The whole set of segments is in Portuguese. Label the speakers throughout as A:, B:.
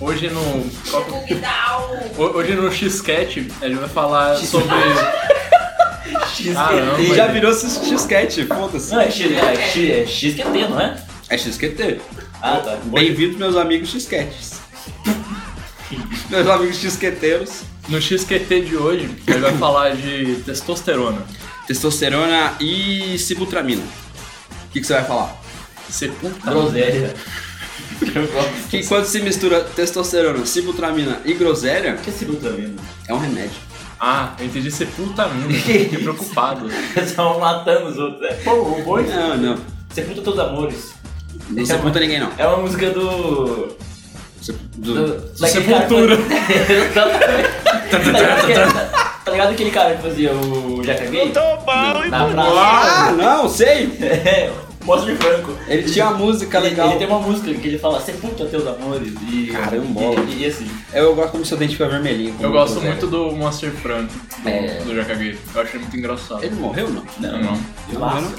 A: hoje no.
B: Tipo, Vidal.
A: Hoje no X-Cat a gente vai falar sobre. Caramba,
C: Já
A: gente.
C: virou X-Cat, foda-se.
D: Não, é X, é X, é XQT, não é?
C: É XQT.
D: Ah, tá.
C: Bem-vindos, meus amigos X-Cats. meus amigos X-Queteiros.
A: No XQT de hoje, a gente vai falar de testosterona,
C: Testosterona e sibutramina. O que, que você vai falar?
A: sepulta,
D: Groselha.
C: Que quando se mistura testosterona, sibutramina e groselha,
D: O que é cibutamina?
C: é um remédio.
A: Ah, eu entendi sepultamento. Fiquei preocupado.
D: Estão matando os outros. É, pô, o boi.
C: Não, não.
D: Sepulta Teus Amores.
C: Não sepulta ninguém, não.
D: É uma música do.
C: Você-
D: do
C: do-
D: daquele
A: Sepultura.
D: cara- Exatamente. tá, ligado aquele- tá ligado aquele cara que fazia o Já Caguei? Na praça.
C: Ah, não, sei!
D: É, Mostra de Franco.
C: Ele tinha uma música
D: Ele,
C: legal.
D: ele tem uma música que ele fala Sepulta Teus Amores e.
C: Caramba.
D: E, e assim.
C: Eu gosto como seu dente fica vermelhinho. como
A: Eu gosto
C: groselha.
A: muito do Monster Frank, do,
D: É.
A: do Jacaguei. Eu achei muito engraçado.
C: Ele é morreu, não?
A: Não, não.
C: Ele
D: Massa.
C: morreu,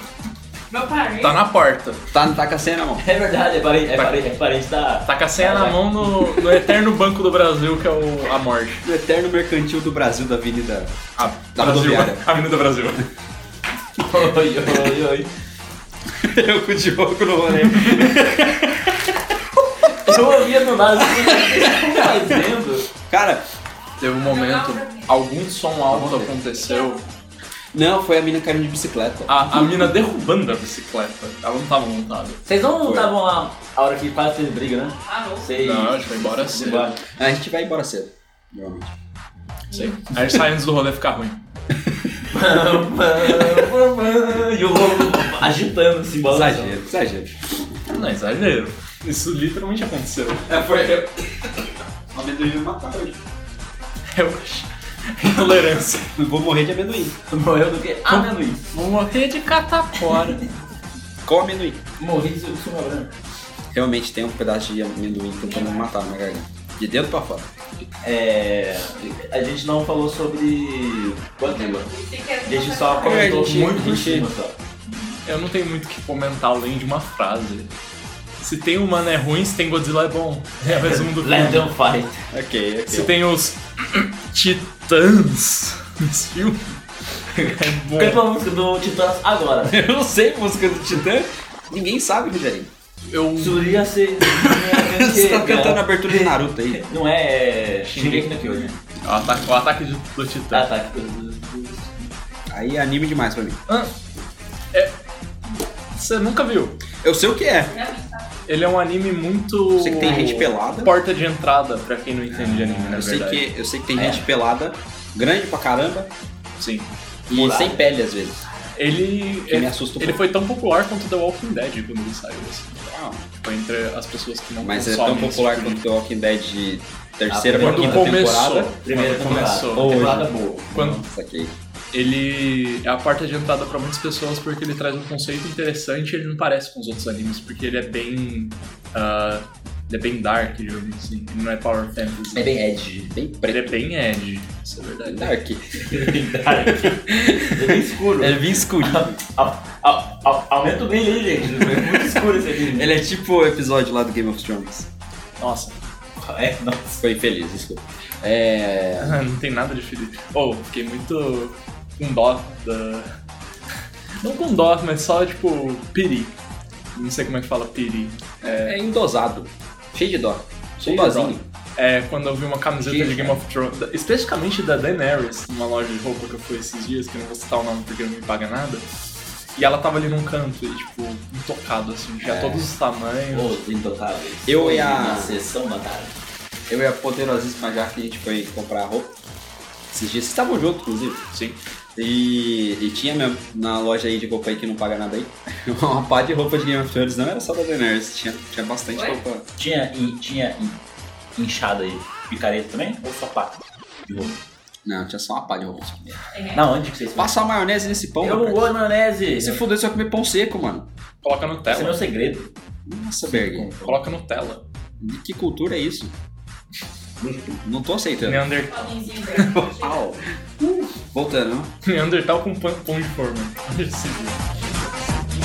B: Meu parente.
A: Tá na porta.
C: não? Tá, tá com a senha na mão.
D: É verdade, é parente, é
A: Tá.
D: parente, é parente da.
A: Tá com a senha na mão no, no eterno Banco do Brasil, que é o, a morte.
C: O eterno mercantil do Brasil da Avenida.
A: A
C: Ah, Da
A: Brasil.
C: rodoviária.
A: Avenida Brasil.
D: Oi, oi, oi.
C: Eu com o Diogo no rolê.
D: Eu ouvia do nada, assim, o que eles tão fazendo?
C: Cara,
A: Teve um momento, algum som alto aconteceu.
C: não, foi a mina caindo de bicicleta.
A: A, a mina derrubando a bicicleta. Ela não tava montada.
D: Vocês não
C: Foi.
D: estavam lá a hora que quase vocês brigam, né?
B: Ah, não.
D: Vocês.
A: Não, a gente foi embora cedo.
C: A gente vai embora cedo. Normalmente.
A: Sei. Aí a gente sai antes do rolê ficar ruim.
D: E o lobo agitando esse balão.
C: Exagero, exagero.
A: Não, é exagero. Isso literalmente aconteceu.
C: É, foi eu. Amendoim me matar hoje.
A: Eu acho. Intolerância.
C: Vou morrer de amendoim.
D: Morreu do quê? Ah, né, Luiz?
A: Vou morrer de catapora.
C: Com amendoim.
D: Morri de suma branca.
C: Realmente tem um pedaço de amendoim tentando me matar na minha garganta. De dentro pra fora.
D: É. A gente não falou sobre. Guatemala.
B: Você quer
D: A gente só
C: É, a
D: comentou
C: gente-
D: muito
C: a
D: por
C: gente-
D: cima só.
A: Eu não tenho muito o que comentar além de uma frase. Se tem humano é ruim, se tem Godzilla é bom. É o resumo do
D: Let
A: filme.
D: them fight.
C: Ok,
A: Se tem os titãs nesse filme, é
D: Canta
A: bom.
D: a música do Titãs agora.
C: Eu não sei a música do Titã. Ninguém sabe, Rogerinho.
A: Eu,
C: É
D: Surya se.
C: Você tá cantando a abertura de Naruto aí.
D: Não é. Shingeki no Kyojin.
C: um
A: o ataque, o ataque de- do titã.
D: Ah, tá. que-
C: Aí é anime demais pra mim.
A: Ah, é- você nunca viu.
C: Eu sei o que é.
A: Ele é um anime muito.
C: Sei que tem gente pelada.
A: Porta de entrada, pra quem não entende de anime, na
C: Eu sei,
A: verdade.
C: que, eu sei que tem
D: É.
C: gente pelada, grande pra caramba,
A: Sim.
C: e
D: Muralha.
C: sem pele às vezes.
A: Ele.
C: Que me
A: Ele,
C: assusta um
A: ele
C: pouco.
A: foi tão popular quanto The Walking Dead quando ele saiu, assim. Tipo, entre as pessoas que não
C: Mas é
A: consomem
C: tão popular
A: esse tipo
C: quanto The Walking Dead de terceira
D: Ah,
C: pra
A: Quando
C: quinta
A: começou,
C: temporada.
D: Primeira
A: quando
D: temporada.
A: começou,
C: Hoje.
D: Temporada boa.
A: quando
C: Saquei.
A: ele é a porta de entrada pra muitas pessoas porque ele traz um conceito interessante e ele não parece com os outros animes, porque ele é bem. ah, ele é bem dark, digamos assim, ele não é power fantasy.
C: É bem edgy, bem
A: Ele
C: preto.
A: é bem edgy, isso é verdade.
C: Dark.
D: É bem escuro.
C: Ele é bem escuro.
D: A- a- a- Aumenta o brilho aí, gente. É muito escuro esse aqui.
C: Ele é tipo o episódio lá do Game of Thrones.
A: Nossa,
D: É, nossa.
C: Foi infeliz, desculpa. É.
A: não tem nada de Felipe. Oh, fiquei muito com dó da. Não com dó, mas só tipo piri. Não sei como é que fala piri.
C: É endosado. Cheio de dó. Cheio
A: de dó.
C: Dozinho.
A: É, quando eu vi uma camiseta
C: Que,
A: de Game of Thrones, da- especificamente da Daenerys, numa loja de roupa que eu fui esses dias, que eu não vou citar o nome porque não me paga nada. E ela tava ali num canto, e, tipo, intocado, assim, tinha
C: É.
A: todos os tamanhos.
D: Os intotáveis.
C: Eu e a-
D: Na sessão da tarde.
C: Eu e a poderosíssima já que a gente foi comprar roupa. Esses dias. Vocês estavam juntos, inclusive.
A: Sim.
C: E, e tinha mesmo na loja aí de roupa aí que não paga nada aí. Uma pá de roupa de Game of Thrones não era só da Daenerys, tinha, tinha bastante
B: Ué?
C: roupa.
D: Tinha, in- tinha in- inchada aí. Picareta também? Ou só pato? De roupa?
C: Não, tinha só uma pá de roupa.
B: Tá, né?
D: Na onde que vocês foram?
C: Passa a maionese nesse pão,
D: Eu não
C: Roberto.
D: gosto de maionese.
C: Se
D: Esse
C: fuder, você vai comer pão seco, mano.
A: Coloca
D: é meu
A: Nutella.
D: segredo.
C: Nossa, Berg.
A: Coloca Nutella.
C: De que cultura é isso? Não tô
D: É.
C: aceitando.
A: Neander...
C: Au. Uh, Voltando, né?
A: Neandertal com pão, pão de forma. Olha esse vídeo.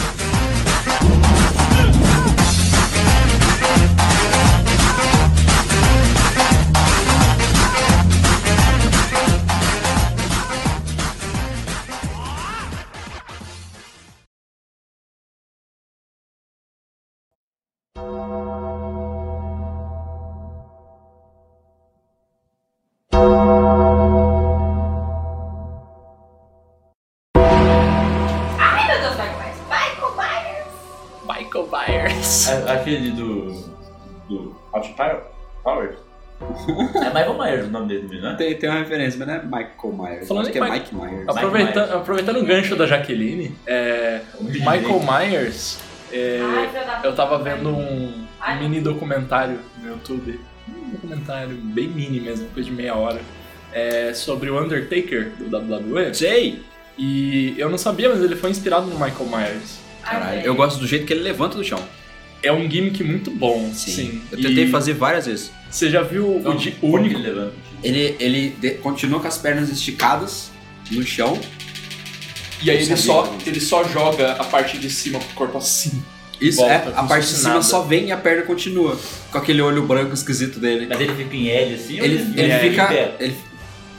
C: Nossa!
D: A- É, Aquele do. do. Austin Power- Powers? É Michael Myers o nome dele, não é?
C: Tem, tem uma referência, mas não é Michael Myers.
A: Falando
C: acho que
A: em
C: é
A: Mi-
C: Mike Myers.
D: Ah,
A: Aproveita-
D: Myers.
A: aproveitando o gancho da Jaqueline, é, o Michael Myers, é,
B: Ai, filha da
A: eu tava
B: puta.
A: vendo um um mini documentário no YouTube, um documentário bem mini mesmo, coisa de meia hora, é, sobre o Undertaker do WWE.
C: Sei!
A: E eu não sabia, mas ele foi inspirado no Michael Myers.
B: Ai, gente.
C: eu gosto do jeito que ele levanta do chão.
A: É um gimmick muito bom, sim.
C: Eu tentei
A: E
C: fazer várias vezes.
A: Você já viu o, di- o
D: único
A: único.
D: que levanta.
C: Ele, ele de- continua com as pernas esticadas no chão
A: E aí
C: é? Eu
A: ele
C: sabia
A: só,
C: disso.
A: ele só joga a parte de cima pro corpo assim.
C: Isso,
A: Volta,
C: é, a
A: como
C: parte
A: se
C: de
A: fosse
C: cima
A: nada.
C: só vem e a perna continua. Com aquele olho branco esquisito dele.
D: Mas ele fica em L assim ou
C: Ele, ele
D: em
C: fica.
D: pé?
C: Ele,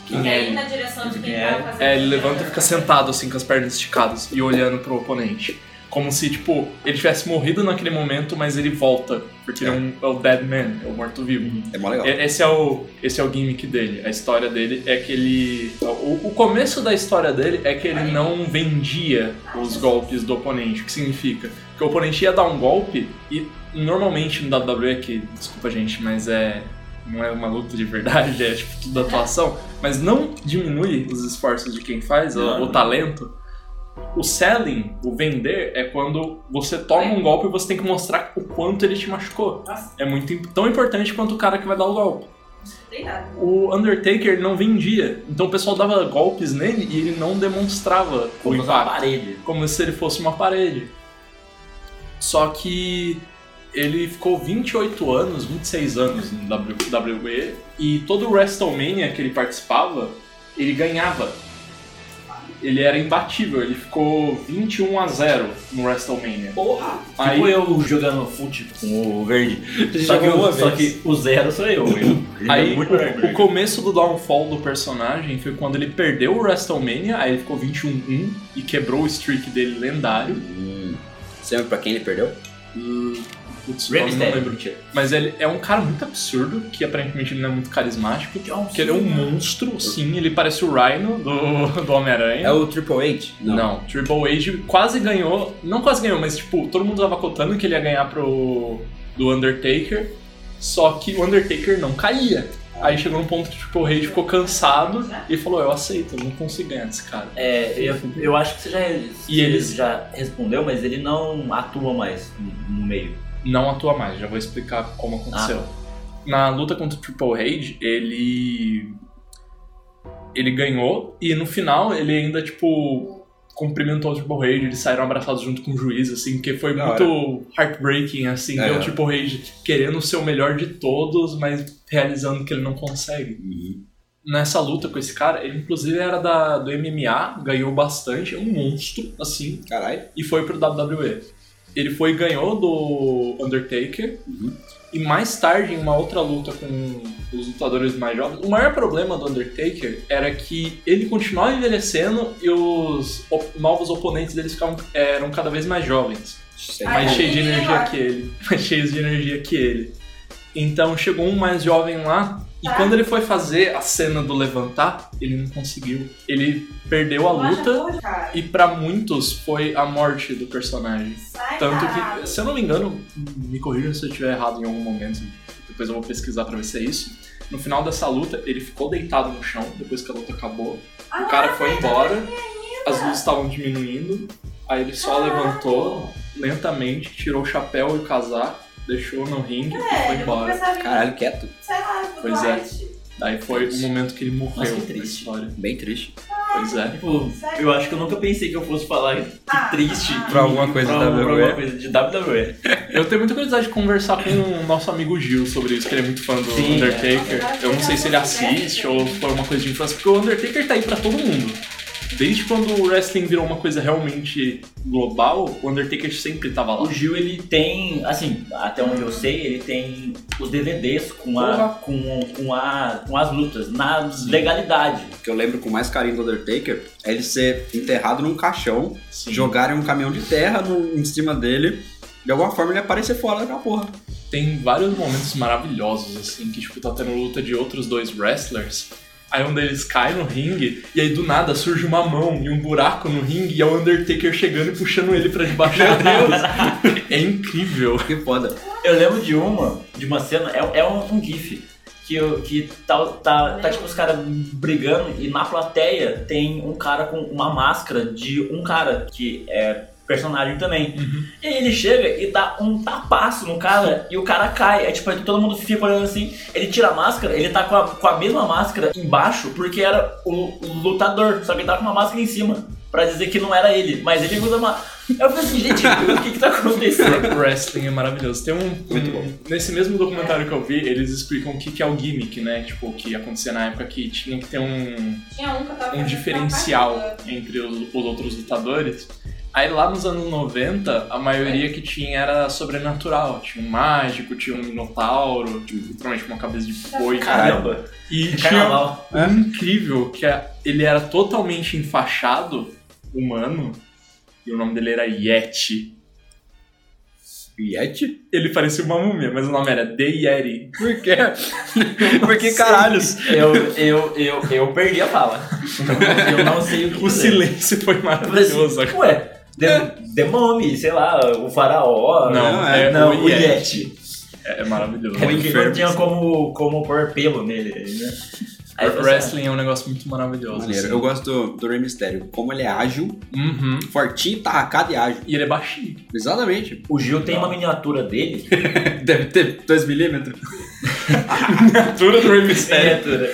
B: E aí, na direção de quem tá fazendo.
A: É, ele levanta e fica sentado assim com as pernas esticadas e olhando pro oponente. Como se, tipo, ele tivesse morrido naquele momento, mas ele volta. Porque ele é, um- é o dead man, é o morto-vivo.
C: é mó legal.
A: E- Esse é, o, esse é o gimmick dele. A história dele é que ele. O, o começo da história dele é que ele não vendia os golpes do oponente. O que significa? Que o oponente ia dar um golpe e normalmente no WWE, que, desculpa gente, mas é. Não é uma luta de verdade, é tipo tudo atuação. Mas não diminui os esforços de quem faz, o- o talento. O selling, o vender, é quando você toma um golpe e você tem que mostrar o quanto ele te machucou
B: Nossa,
A: é muito imp- tão importante quanto o cara que vai dar o golpe.
B: não tem nada.
A: O Undertaker não vendia, então o pessoal dava golpes nele e ele não demonstrava o
D: Como uma
A: impacto,
D: parede.
A: como se ele fosse uma parede. Só que ele ficou 28 anos, 26 anos no WWE e todo o WrestleMania que ele participava, ele ganhava. Ele era imbatível, ele ficou 21 a 0 no WrestleMania.
D: Porra!
A: Aí-
D: Tipo eu jogando fute com o verde. Só que,
E: jogou uma
D: eu, só
E: vez.
D: que o zero sou eu. eu
A: Aí,
D: muito melhor que
A: o, o
D: ele.
A: começo do downfall do personagem foi quando ele perdeu o WrestleMania, aí ele ficou 21-1 e quebrou o streak dele lendário. Hum,
C: Hum. Você lembra pra quem ele perdeu?
A: Putz, o
D: Rey
A: nome não
D: Mysterio.
A: lembro. Mas ele é um cara muito absurdo, que aparentemente ele não é muito carismático, que ele é um monstro, sim, ele parece o Rhino do, do Homem-Aranha.
C: É o Triple H?
A: Não. Triple H quase ganhou, não quase ganhou, mas tipo, todo mundo tava cotando que ele ia ganhar pro do Undertaker, só que o Undertaker não caía. Aí chegou um ponto que o Triple H ficou cansado e falou: Eu aceito, eu não consigo ganhar desse cara.
D: É, eu, eu acho que você já,
A: E eles-
D: já respondeu, mas ele não atua mais no, no meio.
A: Não atua mais, já vou explicar como aconteceu.
C: Ah.
A: Na luta contra o Triple H, ele. Ele ganhou e no final ele ainda, tipo, cumprimentou o Triple H, eles saíram abraçados junto com o juiz, assim, que foi
C: Da
A: muito heartbreaking, assim,
C: É.
A: ver o Triple H querendo ser o melhor de todos, mas realizando que ele não consegue.
C: Uhum.
A: Nessa luta com esse cara, ele inclusive era da, do MMA, ganhou bastante, é um monstro, assim,
C: Caralho.
A: e foi pro WWE. Ele foi e ganhou do Undertaker.
C: Uhum.
A: E mais tarde, em uma outra luta com os lutadores mais jovens, o maior problema do Undertaker era que ele continuava envelhecendo e os op- novos oponentes deles ficavam, eram cada vez mais jovens.
C: Sei.
B: Ai,
A: Mais
B: ai.
A: cheios de energia
B: ai.
A: que ele. Mais cheios de energia que ele. Então chegou um mais jovem lá. E
B: Tá.
A: quando ele foi fazer a cena do levantar, ele não conseguiu. Ele perdeu a
B: Não acha
A: luta.
B: nojo, cara?
A: E pra muitos foi a morte do personagem.
B: Sai,
A: Tanto
B: cara.
A: que, se eu não me engano, me corrija se eu estiver errado em algum momento, depois eu vou pesquisar pra ver se é isso. No final dessa luta, ele ficou deitado no chão, depois que a luta acabou.
B: Ah,
A: O cara foi
D: tá,
B: mas
A: embora,
B: não tem
A: as luzes estavam diminuindo, aí ele só
D: Ah.
B: Caralho.
A: levantou lentamente, tirou o chapéu e o casaco, deixou no ringue e
B: ainda.
A: foi
B: É, eu vou
A: embora.
B: começar a vir-
C: Caralho, quieto.
B: Sei lá, pro
A: Pois é.
B: Dwight.
A: Daí foi o momento que ele
D: Nossa,
A: morreu
D: que
A: na
D: triste.
A: história.
C: Bem triste.
A: Pois é.
D: Tipo, eu acho que eu nunca pensei que eu fosse falar que
B: Ah,
D: triste.
B: ah.
C: Pra alguma coisa
D: pra, um,
C: da
D: pra
C: WWE.
D: alguma coisa de WWE.
A: Eu tenho muita curiosidade de conversar com o nosso amigo Gil sobre isso, que ele é muito fã do
D: Sim,
A: Undertaker.
B: é.
A: Eu não sei se ele assiste ou foi uma coisa de infância, porque o Undertaker tá aí pra todo mundo. Desde quando o wrestling virou uma coisa realmente global, o Undertaker sempre tava
D: O
A: lá.
D: Gil, ele tem, assim, até onde eu sei, ele tem os DVDs com, a, com, com, a, com as lutas, na legalidade.
C: O que eu lembro com mais carinho do Undertaker é ele ser enterrado num caixão,
A: Sim.
C: jogarem um caminhão de terra no- em cima dele. De alguma forma ele aparecer fora daquela porra.
A: Tem vários momentos maravilhosos, assim, que tipo, tá tendo luta de outros dois wrestlers. Aí um deles cai no ringue e aí do nada surge uma mão e um buraco no ringue e é o Undertaker chegando e puxando ele pra debaixo da Deus. É incrível.
C: Que foda.
D: Eu lembro de uma, de uma cena, é, é um, um gif. Que, eu- que tá, tá, tá tipo os caras brigando e na plateia tem um cara com uma máscara de um cara que é personagem também. E aí ele chega e dá um tapaço no cara e o cara cai. É tipo, aí todo mundo fica olhando assim. Ele tira a máscara, ele tá com a, com a mesma máscara embaixo porque era o, o lutador, só que ele tá com uma máscara em cima. Pra dizer que não era ele, mas ele usa uma. Eu falei assim, gente, o que que tá acontecendo?
A: Wrestling é maravilhoso. Tem um,
C: Muito
A: um-
C: bom.
A: Nesse mesmo documentário que eu vi, eles explicam o que, que é o gimmick, né? Tipo, o que acontecia na época que tinha que ter um,
B: Tinha um que eu tava
A: um
B: fazendo
A: diferencial
B: propaganda.
A: entre os, os outros lutadores. Aí lá nos anos 90, a maioria que tinha era sobrenatural. Tinha um mágico, tinha um minotauro, tinha literalmente uma cabeça de boi.
D: Caramba,
A: E tinha
D: carnaval.
A: É incrível que a- ele era totalmente enfaixado, humano, e o nome dele era Yeti.
C: Yeti?
A: Ele parecia uma múmia, mas o nome era The Yeti.
C: Por quê? Por que caralhos?
D: Eu, eu, eu, eu perdi a fala. Então, Eu não sei o que
A: O
D: dizer.
A: silêncio foi
D: Eu falei assim,
A: maravilhoso.
D: Ué, de- demônio, sei lá, o faraó.
A: Não,
C: Não,
A: é,
C: é-
D: Não,
A: o Yeti. É, é maravilhoso.
D: É porque não
C: inferno.
D: tinha como, como pôr pelo nele, né? Aí eu falei assim,
A: Wrestling é um negócio muito maravilhoso.
C: Maneiro.
A: assim.
C: Eu gosto do, do Rey Mysterio. Como ele é ágil,
A: Uhum.
C: fortinho, tarracado e ágil.
A: E ele é baixinho.
C: Exatamente.
D: "Ah, O Gil tem uma miniatura dele.
C: Deve ter 2 milímetros.
A: Tudo do Rey Mysterio.
D: miniatura.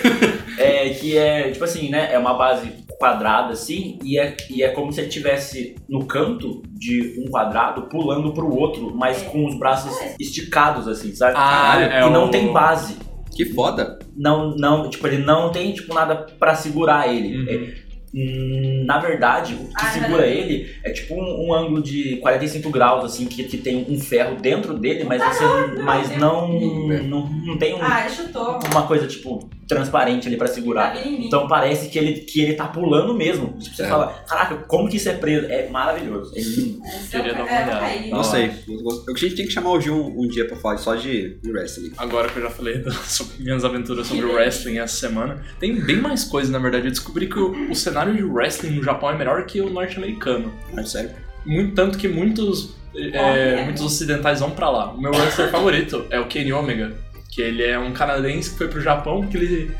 D: É, que é, tipo assim, né? É uma base quadrada assim, e é, e é como se ele estivesse no canto de um quadrado pulando pro outro, mas com os braços esticados, assim, sabe?
A: Ah, é
D: e não
A: o-
D: tem base.
C: Que foda.
D: Não, não, tipo, ele não tem, tipo, nada pra segurar ele.
A: Uhum.
D: É, hum, na verdade, o que
B: Ah,
D: segura
B: é.
D: ele é tipo um, um ângulo de 45 graus, assim, que, que tem um ferro dentro dele, mas você. mas Tá não,
C: Hum,
D: não, não tem um-
B: Ah, ele chutou.
D: uma coisa, tipo, transparente ali pra segurar.
B: Tava em mim.
D: Então parece que ele, que ele tá pulando mesmo. Tipo, você
C: É.
D: fala, caraca, como que isso é preso? É maravilhoso. É lindo.
A: Queria dar uma
B: É,
A: olhada.
B: aí.
C: Não sei. Eu gosto- eu- A gente tem que chamar o Gil um, um dia pra falar só de de wrestling.
A: Agora que eu já falei das sobre minhas aventuras sobre o wrestling essa semana, tem bem mais coisa, na verdade. Eu descobri que o, o cenário de wrestling no Japão é melhor que o norte-americano.
C: Ah, sério.
A: Muito, tanto que muitos, é,
B: Olha.
A: muitos ocidentais vão pra lá. O meu wrestler favorito é o Kenny Omega, que ele é um canadense que foi pro Japão, que ele,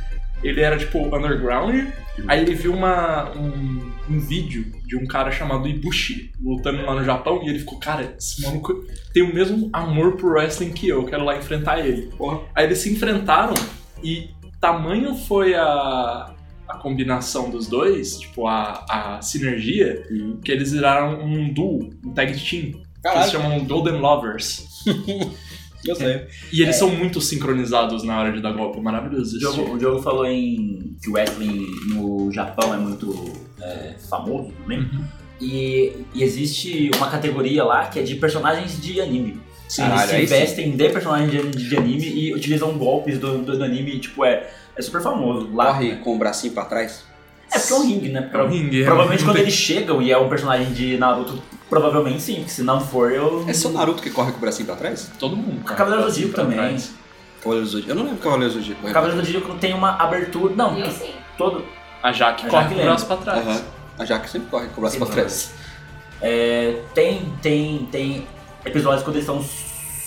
A: ele era tipo underground. Aí ele viu uma, um, um vídeo de um cara chamado Ibushi lutando lá no Japão e ele ficou, cara, esse maluco tem o mesmo amor pro wrestling que eu, eu quero lá enfrentar ele.
C: Porra.
A: Aí eles se enfrentaram e tamanho foi a, a combinação dos dois, tipo, a, a sinergia,
C: Hum.
A: que eles viraram um duo, um tag team, que eles
C: Caralho,
A: chamam Golden Lovers.
C: eu sei.
A: E eles são muito sincronizados na hora de dar golpe, maravilhoso isso.
D: O Diogo, o Diogo falou em que o wrestling no Japão é muito é, famoso também.
A: Uhum.
D: E, e existe uma categoria lá que é de personagens de anime.
A: Sim,
C: Caralho,
D: Eles se
C: aí sim.
D: vestem de personagens de, de anime e utilizam golpes do, do anime, tipo, é, é super famoso lá.
C: Corre com o bracinho pra trás.
D: É porque é um ringue, né?
A: é um ringue, é
D: Provavelmente
A: um-
D: quando eles chegam e é um personagem de Naruto, provavelmente sim, porque se não for eu.
C: É só o Naruto que corre com o bracinho pra trás?
A: Todo mundo. cara.
D: Cavaleiro do
A: Assim,
D: Zodíaco
A: pra
D: também.
A: trás.
C: Cavaleiro do Zodíaco. Eu não lembro que o Cavaleiro do Zodíaco
D: O
C: corre.
D: Cavaleiro do Zodíaco tem uma abertura. Não,
B: Eu sim.
D: todo.
A: A Jaque
D: A
A: corre
D: Jaque
A: com o braço pra trás.
C: Aham. A Jaque sempre corre com o braço
D: Sim,
C: pra trás.
D: É, tem, tem, tem episódios quando eles estão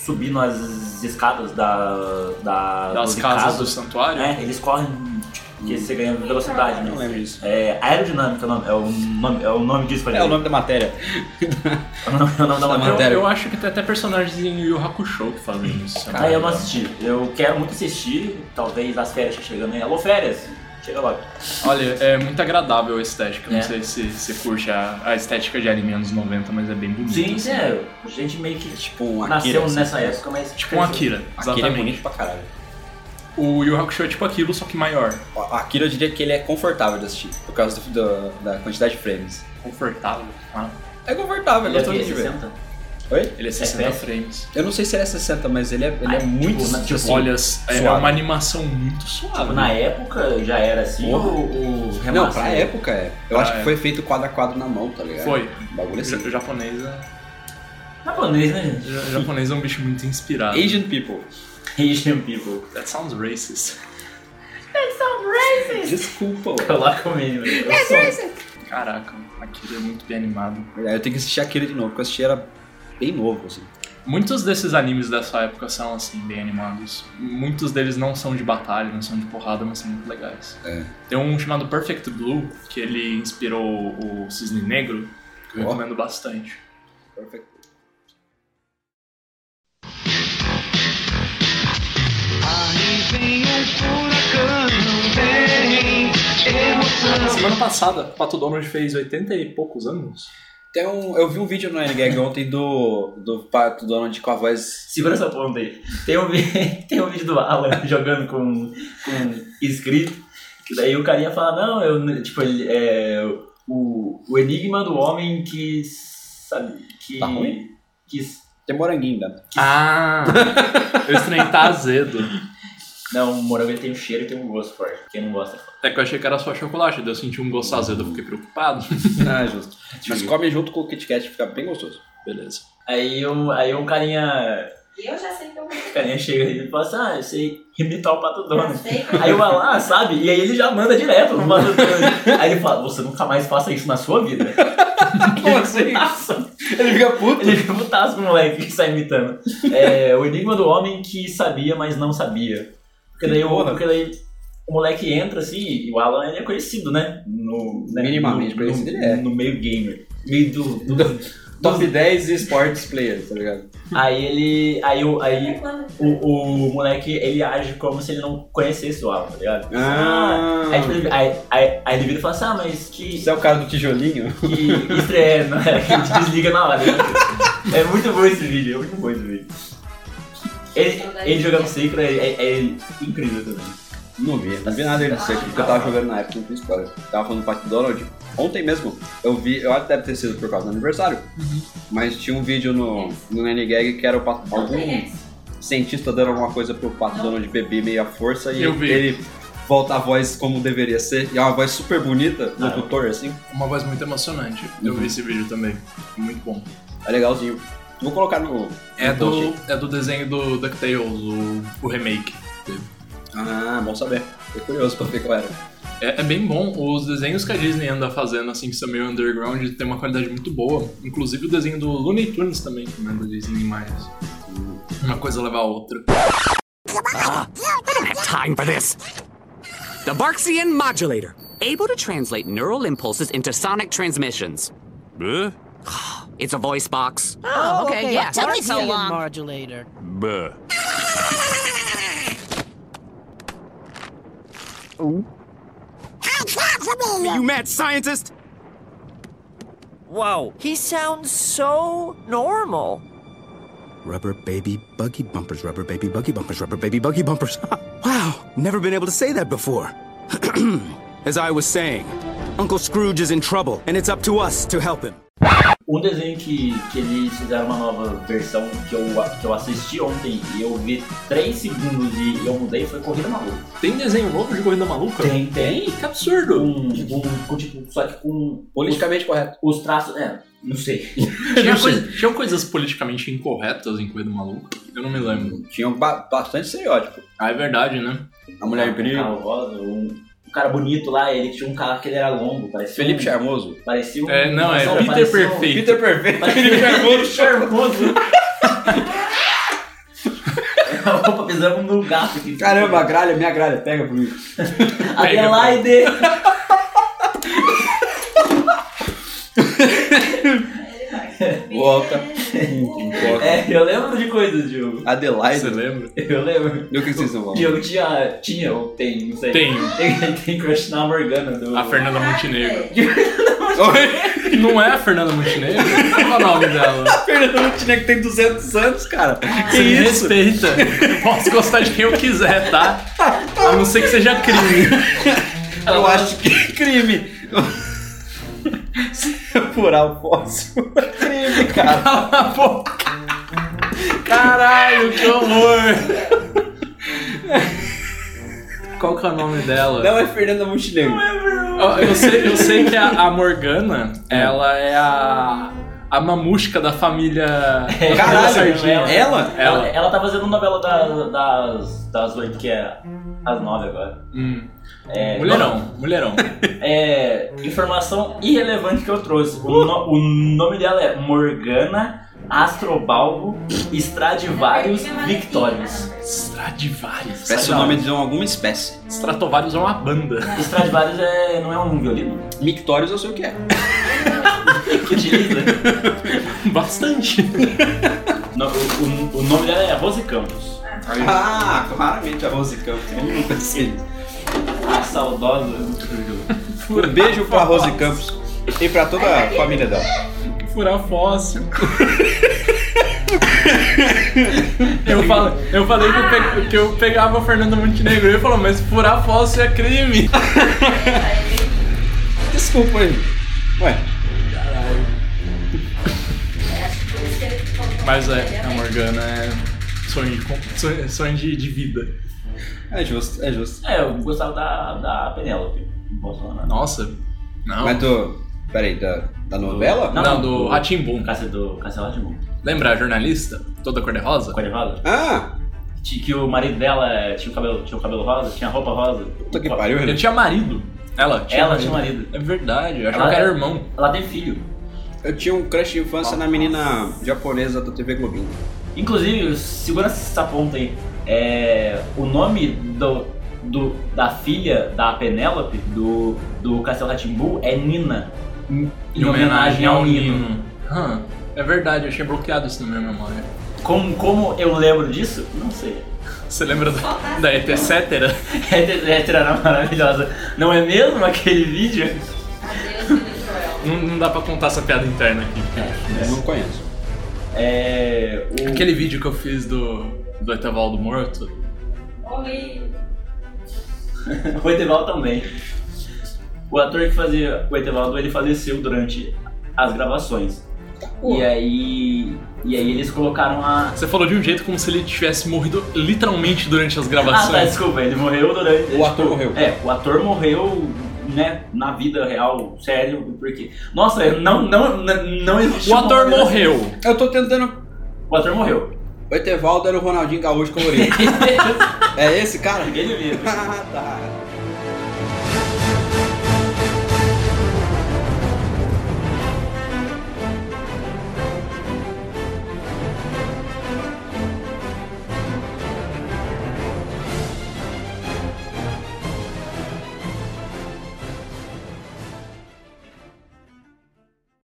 D: subindo as escadas da. da
A: Das
D: dos
A: casas do
D: ricados,
A: santuário.
D: né? Eles correm, tipo, porque você ganha velocidade,
C: Eu não
D: né?
C: lembro disso.
D: É, aerodinâmica é o nome- é o nome, é o nome disso pra
C: É o nome da matéria.
D: É o nome, é o nome
C: Da
D: da matéria.
A: Eu,
C: matéria.
A: eu acho que tem até personagens em Yu Yu Hakusho que fazem isso.
D: Aí eu não assisti. Eu quero muito assistir, talvez as férias que chegando aí. Alô, férias! Chega logo.
A: Olha, é muito agradável a estética. Não
D: É.
A: sei se você curte a, a estética de anime anos 90, mas é bem bonito.
D: Sim,
A: assim.
D: é, a gente meio que
C: É tipo um Akira.
D: nasceu
C: assim.
D: nessa época, mas.
A: Tipo um Akira,
C: Akira é
A: exatamente.
C: bonito pra caralho.
A: o Yu Yu Hakusho é tipo aquilo, só que maior.
C: A- Akira eu diria que ele é confortável de assistir, por causa do- do- da quantidade de frames.
A: Confortável. Ah,
C: É confortável, é
D: Ele é o quê?
C: gostoso de ver.
D: 60?
A: ele é 60
D: FPS?
A: frames.
C: Eu não sei se ele é 60, mas ele é, ele é
D: Ah,
C: muito.
D: tipo, na- tipo,
C: assim,
A: Olha, é
C: suave.
A: uma animação muito suave.
D: Tipo, na época já era assim
C: Porra.
D: o, o
C: não,
D: remaster?
C: pra época é. Eu
A: Pra
C: acho que
A: época.
C: foi feito quadro a quadro na mão, tá ligado?
A: Foi.
C: Um bagulho assim.
A: O japonês é,
D: Japonês, né, gente?
A: o japonês é um bicho muito inspirado.
C: Asian People.
D: Asian people.
A: That sounds racist.
C: Desculpa, ué.
D: Coloca o mínimo. Eu sou-
A: Caraca, aquilo é muito bem animado.
C: Aí É, eu tenho que assistir aquele de novo, porque eu assisti era bem novo, assim.
A: Muitos desses animes dessa época são, assim, bem animados. Muitos deles não são de batalha, não são de porrada, mas são muito legais.
C: É.
A: Tem um chamado Perfect Blue, que ele inspirou o Cisne Negro, que eu
C: Ó.
A: recomendo bastante.
C: Perfeito.
A: Semana passada, o Pato Donald fez 80 e poucos anos.
C: Tem um, eu vi um vídeo no NGag ontem do, do Pato Donald com a voz.
D: Segura essa ponta aí. Tem um, vi- tem um vídeo do Alan jogando com, com inscrito, que daí o carinha fala, não, eu, tipo, ele, é, o, o enigma do homem que, sabe, que...
C: Tá ruim?
D: Que,
C: Tem moranguinho, né?
A: Ah! eu estranhei tá azedo.
D: não, o morango ele tem um cheiro e tem um gosto forte, quem não gosta.
A: É que eu achei que era só chocolate, daí eu senti um gosto azedo, eu fiquei preocupado.
C: Ah, justo. Mas come junto com o Kit Kat, fica bem gostoso.
A: Beleza.
D: Aí, um, aí um carinha,
B: Eu já sei que eu vou.
D: carinha chega e fala assim, ah, eu sei imitar o Pato Donald.
B: sei.
D: Aí o Alan, sabe? E aí ele já manda direto pro Pato Donald. Aí ele fala, você nunca mais faça isso na sua vida.
C: Como assim?
D: Nossa,
C: Ele fica puto.
D: Ele fica putaço com o moleque que sai imitando. É, o enigma do homem que sabia, mas não sabia. Porque daí, o,
C: Porra.
D: porque daí o moleque entra assim, e o Alan ele é conhecido, né? No, né?
C: Minimamente
D: no,
C: conhecido
D: no,
C: ele é.
D: No meio gamer. Meio do. do-
C: Top 10 esportes players, tá ligado?
D: aí ele. Aí, o- aí
B: Quando-
D: o, o moleque ele age como se ele não conhecesse o Alan, tá ligado?
C: Ah.
D: Aí, tipo, ele- aí, aí, aí ele vira e fala assim, ah, mas que.
C: Você é o cara do tijolinho?
D: que estreia, não é? Que te desliga na hora. É muito bom esse vídeo, é muito bom esse vídeo. Ele, ele jogando Secret é, é- é incrível também.
C: Não vi, não vi nada dele certo, porque eu tava jogando na época, não fiz spoiler. Tava falando do Pato Donald. Ontem mesmo, eu vi, eu acho que deve ter sido por causa do aniversário.
A: Uhum.
C: Mas tinha um vídeo no, no NGag que era o Pato,
B: Não
C: algum
B: tem essa.
C: cientista dando alguma coisa pro Pato Donald beber meio à força e
A: Eu vi.
C: ele volta a voz como deveria ser. E é uma voz super bonita,
D: Ah,
C: locutor, assim.
A: Uma voz muito emocionante. Eu vi esse vídeo também. Muito bom.
C: É legalzinho. Vou colocar no.
A: É
C: no
A: do,
C: post
A: é do desenho do DuckTales, o, o remake.
C: aí. Ah, bom saber. Tô curioso pra ver qual era.
A: É, é bem bom. Os desenhos que a Disney anda fazendo, assim, que são meio underground, tem uma qualidade muito boa. Inclusive o desenho do Looney Tunes também, que não é da Disney mais. Uma coisa leva a outra.
F: Ah, time for this. The Barksian modulator, able to translate neural impulses into sonic transmissions. It's a voice box.
G: Oh,
F: okay, yeah,
G: Tell me
F: alright, so
G: so
F: long.
G: long. Modulator.
F: You mad scientist?
G: Whoa. He sounds so normal.
H: Rubber baby buggy bumpers, rubber baby buggy bumpers, rubber baby buggy bumpers. wow, never been able to say that before. As I was saying, Uncle Scrooge is in trouble, and it's up to us to help him.
D: Um desenho que, que eles fizeram uma nova versão que eu, que eu assisti ontem e eu vi 3 segundos e eu mudei foi Corrida Maluca.
A: Tem desenho novo de Corrida Maluca?
D: Tem, tem.
A: Ih, que absurdo!
D: Um, um, com, tipo, só que com
C: Politicamente correto.
D: os traços. É, não sei.
A: Tinha, coisa- tinham coisas politicamente incorretas em Corrida Maluca? Eu não me lembro.
C: Tinha ba- bastante estereótipo.
A: Ah, é verdade, né?
C: A mulher em
D: Um
C: perigo.
D: cara rosa, um, um cara bonito lá, ele tinha um cara que ele era longo, parecia.
C: Felipe
D: um-
C: Charmoso.
D: Parecia um.
A: É, não, é
D: Nossa,
A: Peter
D: parecia um-
A: Perfeito.
C: Peter Perfeito.
D: Parecia Charmoso. Charmoso. Opa, pisamos no gato um aqui.
C: Caramba, a gralha, minha gralha, pega por mim.
D: Adelaide!
B: Ele vai.
C: Volta. Volta.
D: É, eu lembro de coisas, Diogo.
A: Você
C: Adelaide.
A: lembra?
D: Eu lembro.
C: Do que vocês não vão?
D: Diogo tinha. Tinha ou tem, não sei.
A: Tenho.
D: Tem, tem crush na Morgana do.
A: A Fernanda Montenegro.
B: Montenegro.
C: Oi?
A: Não é a Fernanda Montenegro? Qual é o nome dela?
C: Fernando Montenegro tem 200 anos, cara. Que
A: Você me
C: isso?
A: respeita. Eu posso gostar de quem eu quiser, tá? A não ser que seja crime.
C: Eu acho que é crime. Se eu furar o fóssil, é crime, cara.
A: Cala a boca. Caralho, que horror. Qual que é o nome dela?
C: Não é Fernanda Montenegro.
A: Ó, Eu sei, eu sei que a, a Morgana, ela é a... A mamusca da família...
D: É,
C: É Caralho, é.
A: Sardinha.
C: ela?
D: Ela,
A: Ela.
D: ela tá fazendo novela da- das, das oito, que é às nove agora.
A: Hum.
D: É,
A: Mulherão, mulherão.
D: É, informação irrelevante que eu trouxe. O, no- o nome dela é Morgana Astrobalvo Stradivarius Victorius.
A: Stradivarius.
C: Parece o nome de alguma espécie.
A: Stratovarius é uma banda.
D: Stradivarius é, não é um violino?
C: Mictórios eu sei o que é.
D: Que utiliza?
A: Bastante.
D: No- o, o- o nome dela é Rose Campos.
C: Ah, claramente a Rose Campos. Todo mundo pensa nisso.
D: A saudosa.
C: Um beijo pra Rose Campos e pra toda a família dela.
A: Furar fóssil. eu, falo, eu falei que eu, pe- que eu pegava o Fernando Montenegro. Ele falou, mas furar fóssil é crime.
C: Desculpa aí. Ué,
A: Mas é, a Morgana é sonho de, con- sonho, sonho de, de vida.
C: é justo, é justo.
D: É, eu gostava da, da Penélope. Bolsonaro.
A: Nossa. Não.
C: Mas do. Peraí, da, da novela?
A: não,
D: não,
A: do
D: o-
A: Ratimbum.
D: Casa um do Castelo de Mundo.
A: Lembra a jornalista? Toda cor-de-rosa?
D: Corevada?
C: Ah,
D: Que o marido dela tinha o cabelo, tinha o cabelo rosa, tinha roupa rosa.
C: puta que pariu,
A: Ele
C: Renan.
A: tinha marido. Ela tinha
D: Ela
A: marido.
D: tinha um marido.
A: É verdade. Eu acho
D: Ela
A: que era
D: é-
A: irmão.
D: Ela tem filho.
C: Eu tinha um crush de infância na menina japonesa da TV Globinho.
D: Inclusive, segura essa ponta aí. É, o nome do, do- da filha da Penélope, do, do Castelo Ratimbu, é Nina. Em, em homenagem ao Nino.
A: Hã, é verdade, eu tinha bloqueado isso na minha memória.
D: Como, como eu lembro disso? Não sei.
A: Você lembra da, da ET Cetera?
D: É tirana maravilhosa. Não é mesmo aquele vídeo?
B: Adeus, menino cruel.
A: Não, não dá pra contar essa piada interna aqui.
C: Eu não conheço.
D: É. O,
A: Aquele vídeo que eu fiz do, do Etevaldo morto.
B: Horrível.
D: O Etevaldo também. O ator que fazia o Etevaldo, ele faleceu durante as gravações. E aí. E aí eles colocaram a.
A: Você falou de um jeito como se ele tivesse morrido literalmente durante as
D: Ah, tá,
A: gravações.
D: desculpa, ele morreu durante.
C: O ator morreu.
D: É, o ator morreu, né, na vida real, sério, porque. Nossa, não, não, n- não existe.
A: o ator morreu.
C: Eu tô tentando.
D: O ator morreu.
C: O Etevaldo era o Ronaldinho Gaúcho colorido. é esse cara?
D: Ele mesmo.
C: Ah, tá.